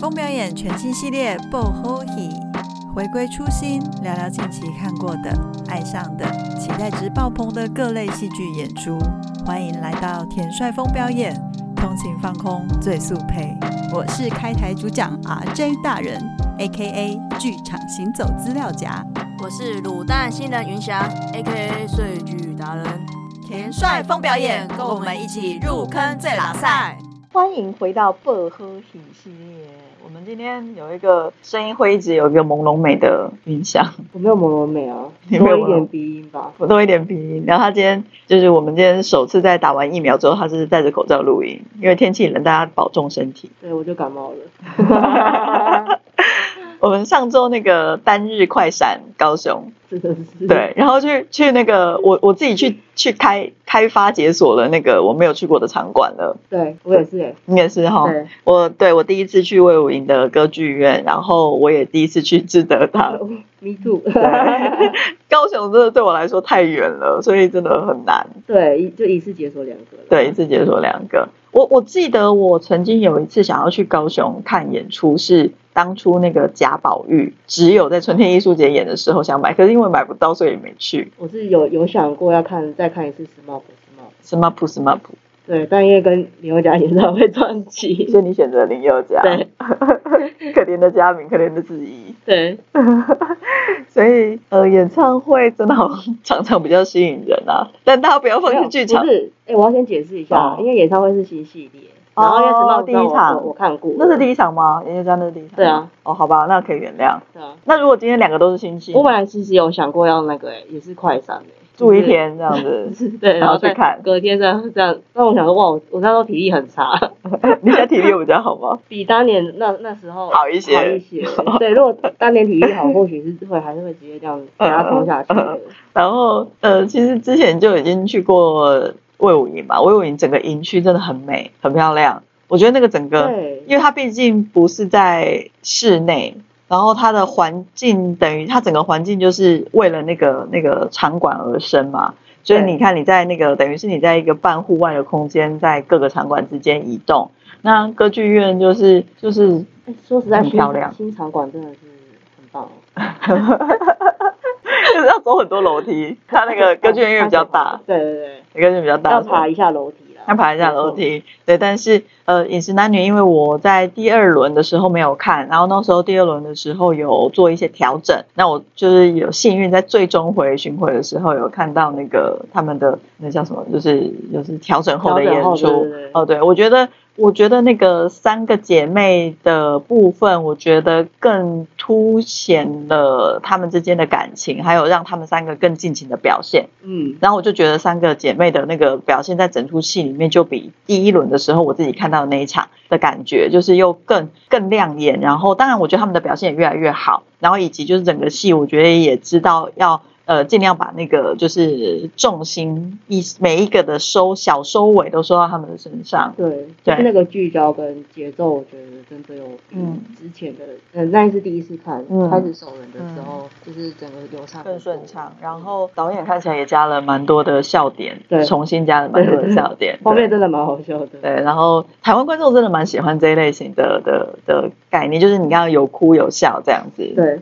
风表演全新系列《爆吼戏》，回归初心，聊聊近期看过的、爱上的、期待值爆棚的各类戏剧演出。欢迎来到田帅风表演，通勤放空最速配。我是开台主讲 RJ 大人，A.K.A 剧场行走资料夹。我是卤蛋新人云霞，A.K.A 睡剧达人。田帅风表演，跟我们一起入坑最拉赛。欢迎回到薄荷体系列。我们今天有一个声音会一直有一个朦胧美的云翔，我没有朦胧美啊，你没多有一朦胧点鼻音吧。我多一点鼻音。然后他今天就是我们今天首次在打完疫苗之后，他是戴着口罩录音，因为天气冷，大家保重身体。对，我就感冒了。我们上周那个单日快闪高雄，真的是，对，然后去去那个我我自己去去开开发解锁了那个我没有去过的场馆了，对我也是哎、你也是哈。对，我对我第一次去魏武营的歌剧院，然后我也第一次去志德堂， me too。对高雄真的对我来说太远了，所以真的很难。 对，一就一次解锁两个了。对，自己也说两个。我我记得我曾经有一次想要去高雄看演出，是当初那个贾宝玉只有在春天艺术节演的时候想买，可是因为买不到，所以没去。我是有有想过要看再看一次 smart smart。什么普什么普，对，但因为跟林宥嘉演唱会撞期，所以你选择林宥嘉。对，可怜的嘉明，可怜的子怡。 对，所以呃，演唱会真的好像常常比较吸引人啊，但大家不要放没有弃剧场不。是，哎、我要先解释一下，哦因为演唱会是新系列，哦然后因为 smart 第一场我我看过，那是第一，一场吗？林宥嘉那是第一场。对啊。哦，好吧，那可以原谅。对啊。那如果今天两个都是星星，我本来其实有想过要那个、哎，也是快闪哎、住一 就是天这样子。 对，然然后后去再看隔天这样这样，但我想说，哇，我我那时候体力很差，你现在体力有比较 好吗？比当年那那时候好一些好一 些。对，如果当年体力好，或许是会还是会直接这样嗯给他冲下去的。然后呃，其实之前就已经去过魏武营嘛，魏武营整个营区真的很美，很漂亮。我觉得那个整个，对，因为它毕竟不是在室内，然后它的环境等于它整个环境就是为了那个那个场馆而生嘛。所以对你看，你在那个等于是你在一个半户外的空间，在各个场馆之间移动。那歌剧院就是就是哎说实在，很新漂亮新场馆真的是很棒。就是 要走很多楼梯，它那 个歌剧院因为比较大，对对对，歌剧院比较大，要爬一下楼梯啦。要爬一下楼。梯。对，但是呃，饮食男女，因为我在第二轮的时候没有看，然后那时候第二轮的时候有做一些调整，那我就是有幸运在最终回巡回的时候有看到那个他们的那叫什么，就是就是调整后的调整演后出。对对对哦，对，我觉得。我觉得那个三个姐妹的部分，我觉得更凸显了她们之间的感情，还有让她们三个更尽情的表现。嗯，然后我就觉得三个姐妹的那个表现，在整出戏里面就比第一轮的时候我自己看到的那一场的感觉，就是又更更亮眼。然后当然，我觉得她们的表现也越来越好。然后以及就是整个戏，我觉得也知道要呃尽量把那个就是重心一每一个的收小收尾都收到她们的身上。对，对就是那个聚焦跟节奏，我觉得真的有嗯嗯之前的，嗯，那一次第一次看嗯开始熟人的时候，就是整个流畅更顺畅，然后导演看起来也加了蛮多的笑点，对重新加了蛮多的笑点，方对面真的蛮好笑的。对，然后台湾观众真的蛮喜欢这一类型的的的概念，就是你刚刚有哭有笑这样子。，对，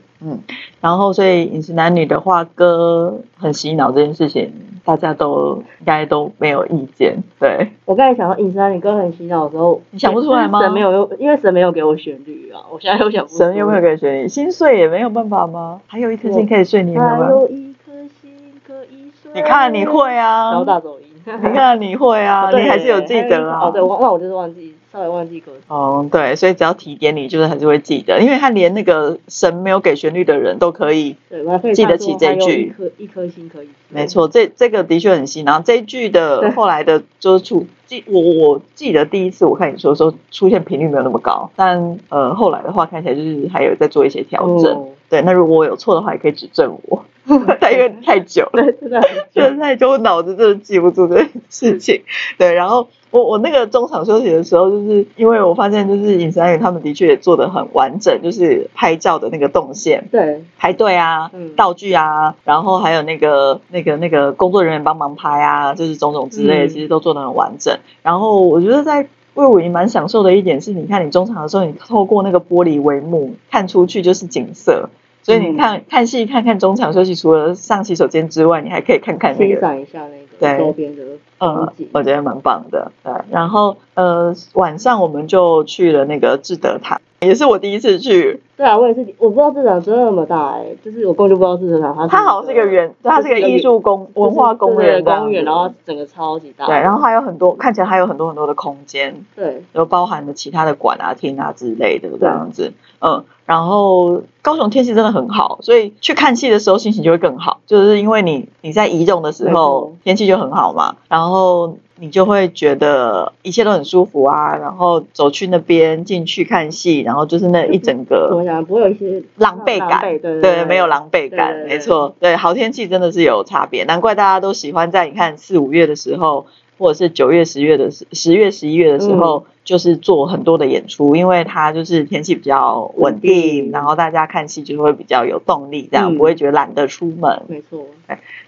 然后所以饮食男女的话，歌很洗脑这件事情，大家都应该都没有意见。对，我刚才想到《饮食男女》歌很洗脑的时候，你想不出来吗神没有用，因为神没有给我旋律啊，我现在又想不出来。神有没有可以选你？心碎也没有办法吗？还有一颗心可以睡你有没有还办法？有一颗心可以睡。你看你会啊，然后大走音。你看你会 啊，对你还是有记得啊。哦，对，忘忘我就是忘记，稍微忘记歌词。哦，对，所以只要提点你，就是还是会记得，因为他连那个神没有给旋律的人都可以对，我还可以记得起这唱说还有句一颗一颗心可以。没。错，这这个的确很新。然后这一句的对后来的，就是出记我我记得第一次我看你说的时候出现频率没有那么高，但呃后来的话看起来就是还有在做一些调整。哦对，那如果我有错的话，也可以指正我， 但因为太久了。 对，真的很久真的太久，我脑子真的记不住这件事情。对，然后我我那个中场休息的时候，就是因为我发现，就是尹山宇他们的确也做的很完整，就是拍照的那个动线，对，排队啊、嗯道具啊，然后还有那个、那个、那个工作人员帮忙拍啊，就是种种之类的，嗯其实都做得很完整。然后我觉得在魏武营蛮享受的一点是，你看你中场的时候，你透过那个玻璃帷幕看出去就是景色，所以嗯你看、看戏看看中场休息，除了上洗手间之外，你还可以看看那欣个，赏一下那对个周边的呃风景，我觉得蛮棒的。对，然后呃晚上我们就去了那个志德塔，也是我第一次去，对啊，我也是，我不知道这场这么大哎、就是我根本就不知道这是场，它好像是一个园，它是一个艺术公文化公园这样子，公园，然后整个超级大，对，然后还有很多看起来还有很多很多的空间，对，有包含了其他的馆啊、厅啊之类的这样子。嗯，然后高雄天气真的很好，所以去看戏的时候心情就会更好，就是因为你你在移动的时没候错天气就很好嘛，然后你就会觉得一切都很舒服啊，然后走去那边进去看戏，然后就是那一整个我想不会有一些狼狈感对对对，没有狼狈感，对对对没错，对，好天气真的是有差别，难怪大家都喜欢在你看四五月的时候，或者是九月、十月的时，十月、十一月的时嗯候，就是做很多的演出，因为它就是天气比较稳稳定，定然后大家看戏就会比较有动力，这样、嗯不会觉得懒得出门。没错，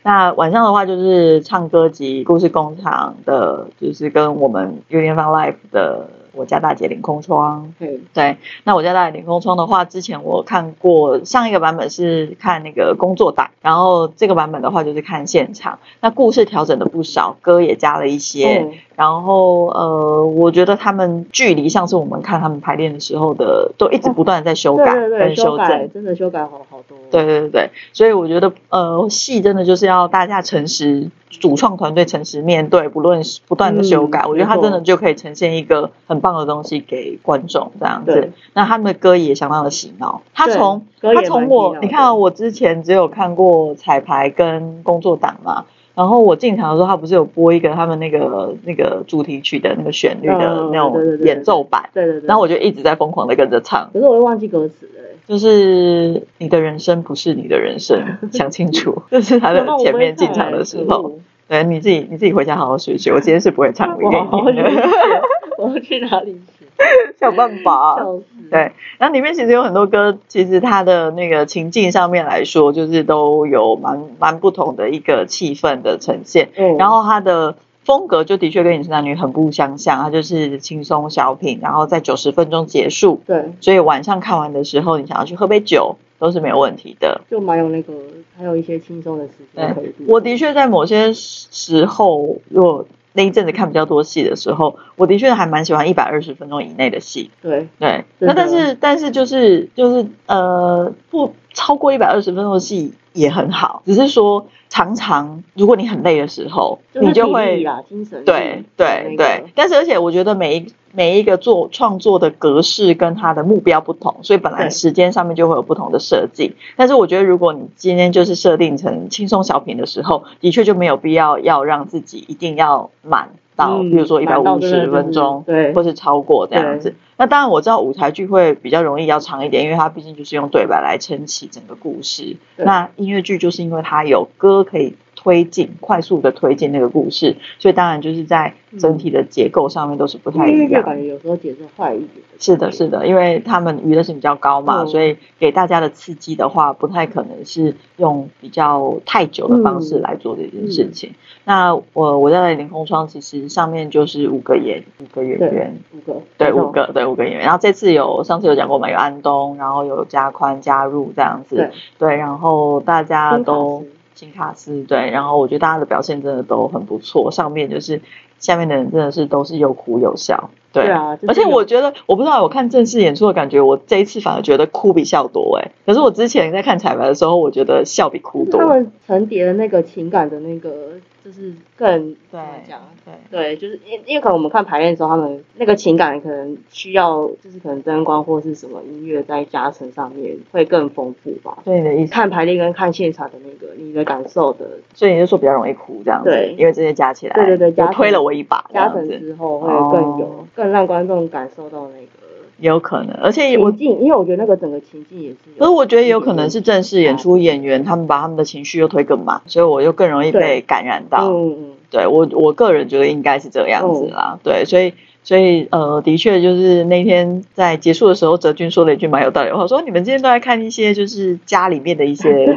那晚上的话就是唱歌及故事工厂的，就是跟我们 Union Fun Life 的我家大姐凌空窗。对，对，那我家大领空窗的话，之前我看过上一个版本是看那个工作档，然后这个版本的话就是看现场。那故事调整的不少，歌也加了一些，嗯然后呃，我觉得他们距离上次我们看他们排练的时候的，都一直不断地在修改对对跟对，修修正。改真的修改好好多，对对对对，所以我觉得呃，戏真的就是要大家诚实，主创团队诚实面对，不论是不断的修改，嗯我觉得它没错真的就可以呈现一个很棒的东西给观众这样子对。那他们的歌也相当的洗脑，他对从歌也他从蛮洗我脑你的看啊我之前只有看过彩排跟工作档嘛。然后我进场的时候，他不是有播一个他们那个那个主题曲的那个旋律的嗯那对对种对演奏版，对对对，然后我就一直在疯狂的跟着唱，可是我会忘记歌词的、欸，就是你的人生不是你的人 生，想清楚。这是他的然后我 前不会面进唱场欸的时可候，恶对，你自己你自己回家好好学学。我今天是不会 唱，我一哦我定，好好学习 我要去哪里学？ 想办法。啊笑死，对，然后里面其实有很多歌，其实它的那个情境上面来说，就是都有蛮蛮不同的一个气氛的呈现。嗯然后它的风格就的确跟《饮食男女》很不相像，它就是轻松小品，然后在九十分钟结束。对，所以晚上看完的时候，你想要去喝杯酒都是没有问题的。就蛮有那个，还有一些轻松的时间可以度过。我的确在某些时候，如果那一阵子看比较多戏的时候，我的确还蛮喜欢一百二十分钟以内的戏。对对，真那的但是但是就是就是呃，不超过一百二十分钟的戏也很好，只是说常常如果你很累的时候，就是你就体会力啦，精神力对对那个对，但是而且我觉得每一每一个做创作的格式跟它的目标不同，所以本来对时间上面就会有不同的设计。但是我觉得，如果你今天就是设定成轻松小品的时候，的确就没有必要要让自己一定要满到，嗯比如说一百满到五真的十就是分钟，对或是超过这样子。那当然我知道舞台剧会比较容易要长一点，因为它毕竟就是用对白来撑起整个故事。对那音乐剧就是因为它有歌可以推进，快速的推进那个故事，所以当然就是在整体的结构上面都是不太因为一就样。感觉有时候节奏快一点。是的，是的，因为他们娱乐性比较高嘛，嗯所以给大家的刺激的话，不太可能是用比较太久的方式来做这件事嗯情。那我我在凌空窗其实上面就是五个演五个演员，五个，对，没错五，个，对，五个演员。然后这次有上次有讲过嘛，有安东，然后有加宽加入这样子，对对然后大家新卡都司新卡斯，对，然后我觉得大家的表现真的都很不错，上面就是下面的人真的是都是有哭有笑，对。对啊，就是而且有我觉得，我不知道，我看正式演出的感觉，我这一次反而觉得哭比笑多哎、可是我之前在看彩排的时候，我觉得笑比哭就是多。他们层叠的那个情感的那个，就是更怎对么讲？啊对对，就是因因为可能我们看排练的时候，他们那个情感可能需要，就是可能灯光或是什么音乐在加成上面会更丰富吧。所以你的意思，看排练跟看现场的那个你的感受的所以你就说比较容易哭这样子，对因为这些加起来，对对对加我推成了我一把，这加样成子。之后，会更有、哦更让观众感受到那个有可能，而且我情，境，因为我觉得那个整个情境也是有。可是我觉得有哎可能是正式演出演员，他们把他们的情绪又推更满，所以我又更容易被感染到。嗯嗯嗯，对我我个人觉得应该是这样哦子啦，对，所以所以呃，的确就是那天在结束的时候，哲君说了一句蛮有道理的话，说你们今天都在看一些就是家里面的一 些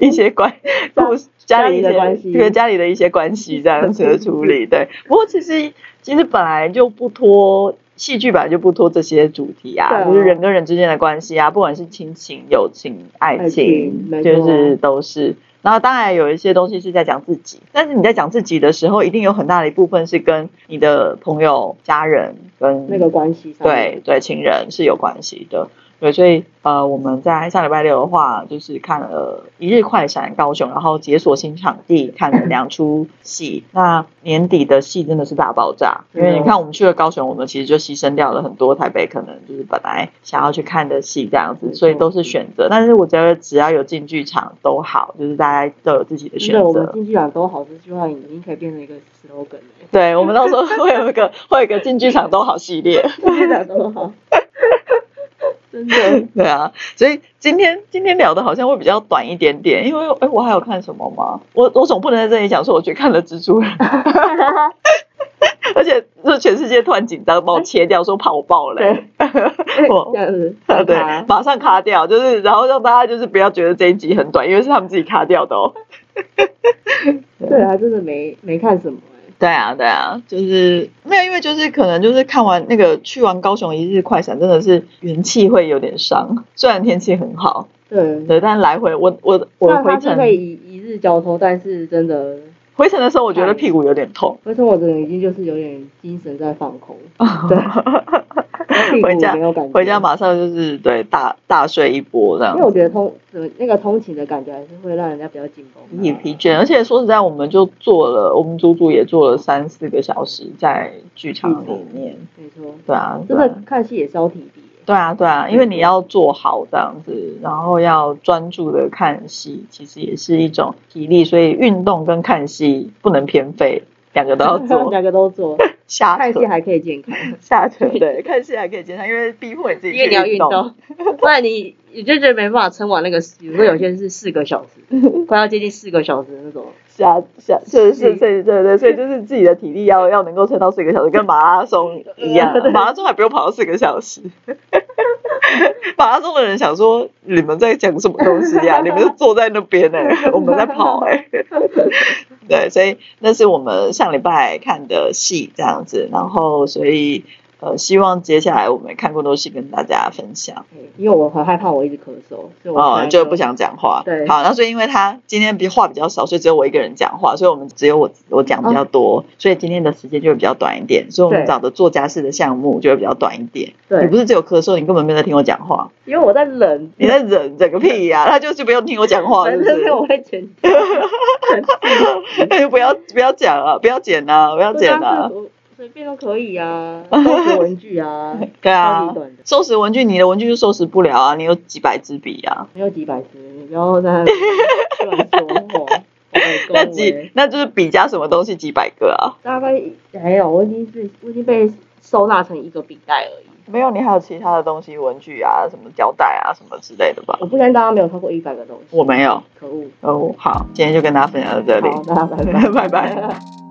一些关故事，家里一家里的些关系对家里的一些关系这样子的处理，对。不过其实其实本来就不脱。戏剧本来就不脱这些主题啊，对啊就是人跟人之间的关系啊，不管是亲情、友情、爱爱情情，没就错啊是都是。然后当然有一些东西是在讲自己，但是你在讲自己的时候，一定有很大的一部分是跟你的朋友、家人跟那个关系上面对对情人是有关系的。对，所以呃，我们在上礼拜六的话，就是看了《一日快闪高雄》，然后解锁新场地，看了两出戏。那年底的戏真的是大爆炸，因嗯为你看我们去了高雄，我们其实就牺牲掉了很多台北可能就是本来想要去看的戏这样子，所以都是选择。但是我觉得只要有进剧场都好，就是大家都有自己的真选的，我们择。进剧场都好，这句话已经可以变成一个 slogan 了。对，我们到时候会有一个会有一个进剧场都好系列。进剧场都好， 真的。 对啊，所以今天今天聊的好像会比较短一点点，因为哎，我还有看什么吗？我我总不能在这里讲说我去看了蜘蛛人， 而且就全世界突然紧张把我切掉，说怕我爆雷对， 我，这样子对好，马上卡掉，就是然后让大家就是不要觉得这一集很短，因为是他们自己卡掉的哦。对啊，真的没没看什么哎、对啊，对啊，就是没有，因为就是可能就是看完那个去完高雄一日快闪，真的是元气会有点伤，虽然天气很好，对，对，但来回我我我虽然回它是程可以一一日交通，但是真的，回程的时候，我觉得屁股有点痛。而且我真的已经就是有点精神在放空，哦 回家屁股没有感觉回家马上就是对大大睡一波这样因为。我觉得通呃那个通勤的感觉还是会让人家比较紧绷、啊你也疲倦，而且说实在，我们就坐了，我们足足也坐了三四个小时在剧场里面。没错，对啊，嗯真对的啊看戏也消体力耶。对啊，对啊，因为你要做好这样子，然后要专注的看戏，其实也是一种体力，所以运动跟看戏不能偏废，两个都要做。欸 啊两个都 做，下看扯戏还可以健康，下扯，对，看戏还可以健康，因为逼迫你自 己因为你要运动， 不然你你就觉得没办法撑完那个，比如说有些人是四个小 时，快要接近四个小时的那种，下下是是是是，对对，所以就是自己的体力要要能够撑到四个小时，跟马拉松一样，马拉松还不用跑到四个小时。马拉松的人想说，你们在讲什么东西呀、你们就坐在那边哎、我们在跑哎、对，所以那是我们上礼拜看的戏这样子，然后所以呃，希望接下来我们看更多戏跟大家分享。因为我很害怕我一直咳嗽，所以我哦现在，就不想讲话。对好，那所以因为他今天比话比较少，所以只有我一个人讲话，所以我们只有我我讲比较多，所以今天的时间就会比较短一点，所以我们哦对找的做家事的项目就会比较短一点。对你不是只有咳嗽，你根本没有在听我讲话，因为我在冷，你在忍整个屁呀、那就是不用听我讲话，哦反是不正是？我会剪掉。那 就不要不要讲了，不要剪啊了，不要剪了。我随便都可以啊，都是文具啊， 对超啊级短的，收拾文具，你的文具就收拾不了啊！你有几百支笔啊？没有几百只，你不要在那边乱说话。，Oh 我的 那恭几维那就是笔加什么东西几百个啊？欸大概没有，哎我已经是我已经被收纳成一个笔袋而已。没有，你还有其他的东西，文具啊，什么胶带啊，什么之类的吧我？不相信大家没有超过一百个东西，我没有。可恶。哦，好，今天就跟大家分享到这里，好，大家拜拜。 拜拜。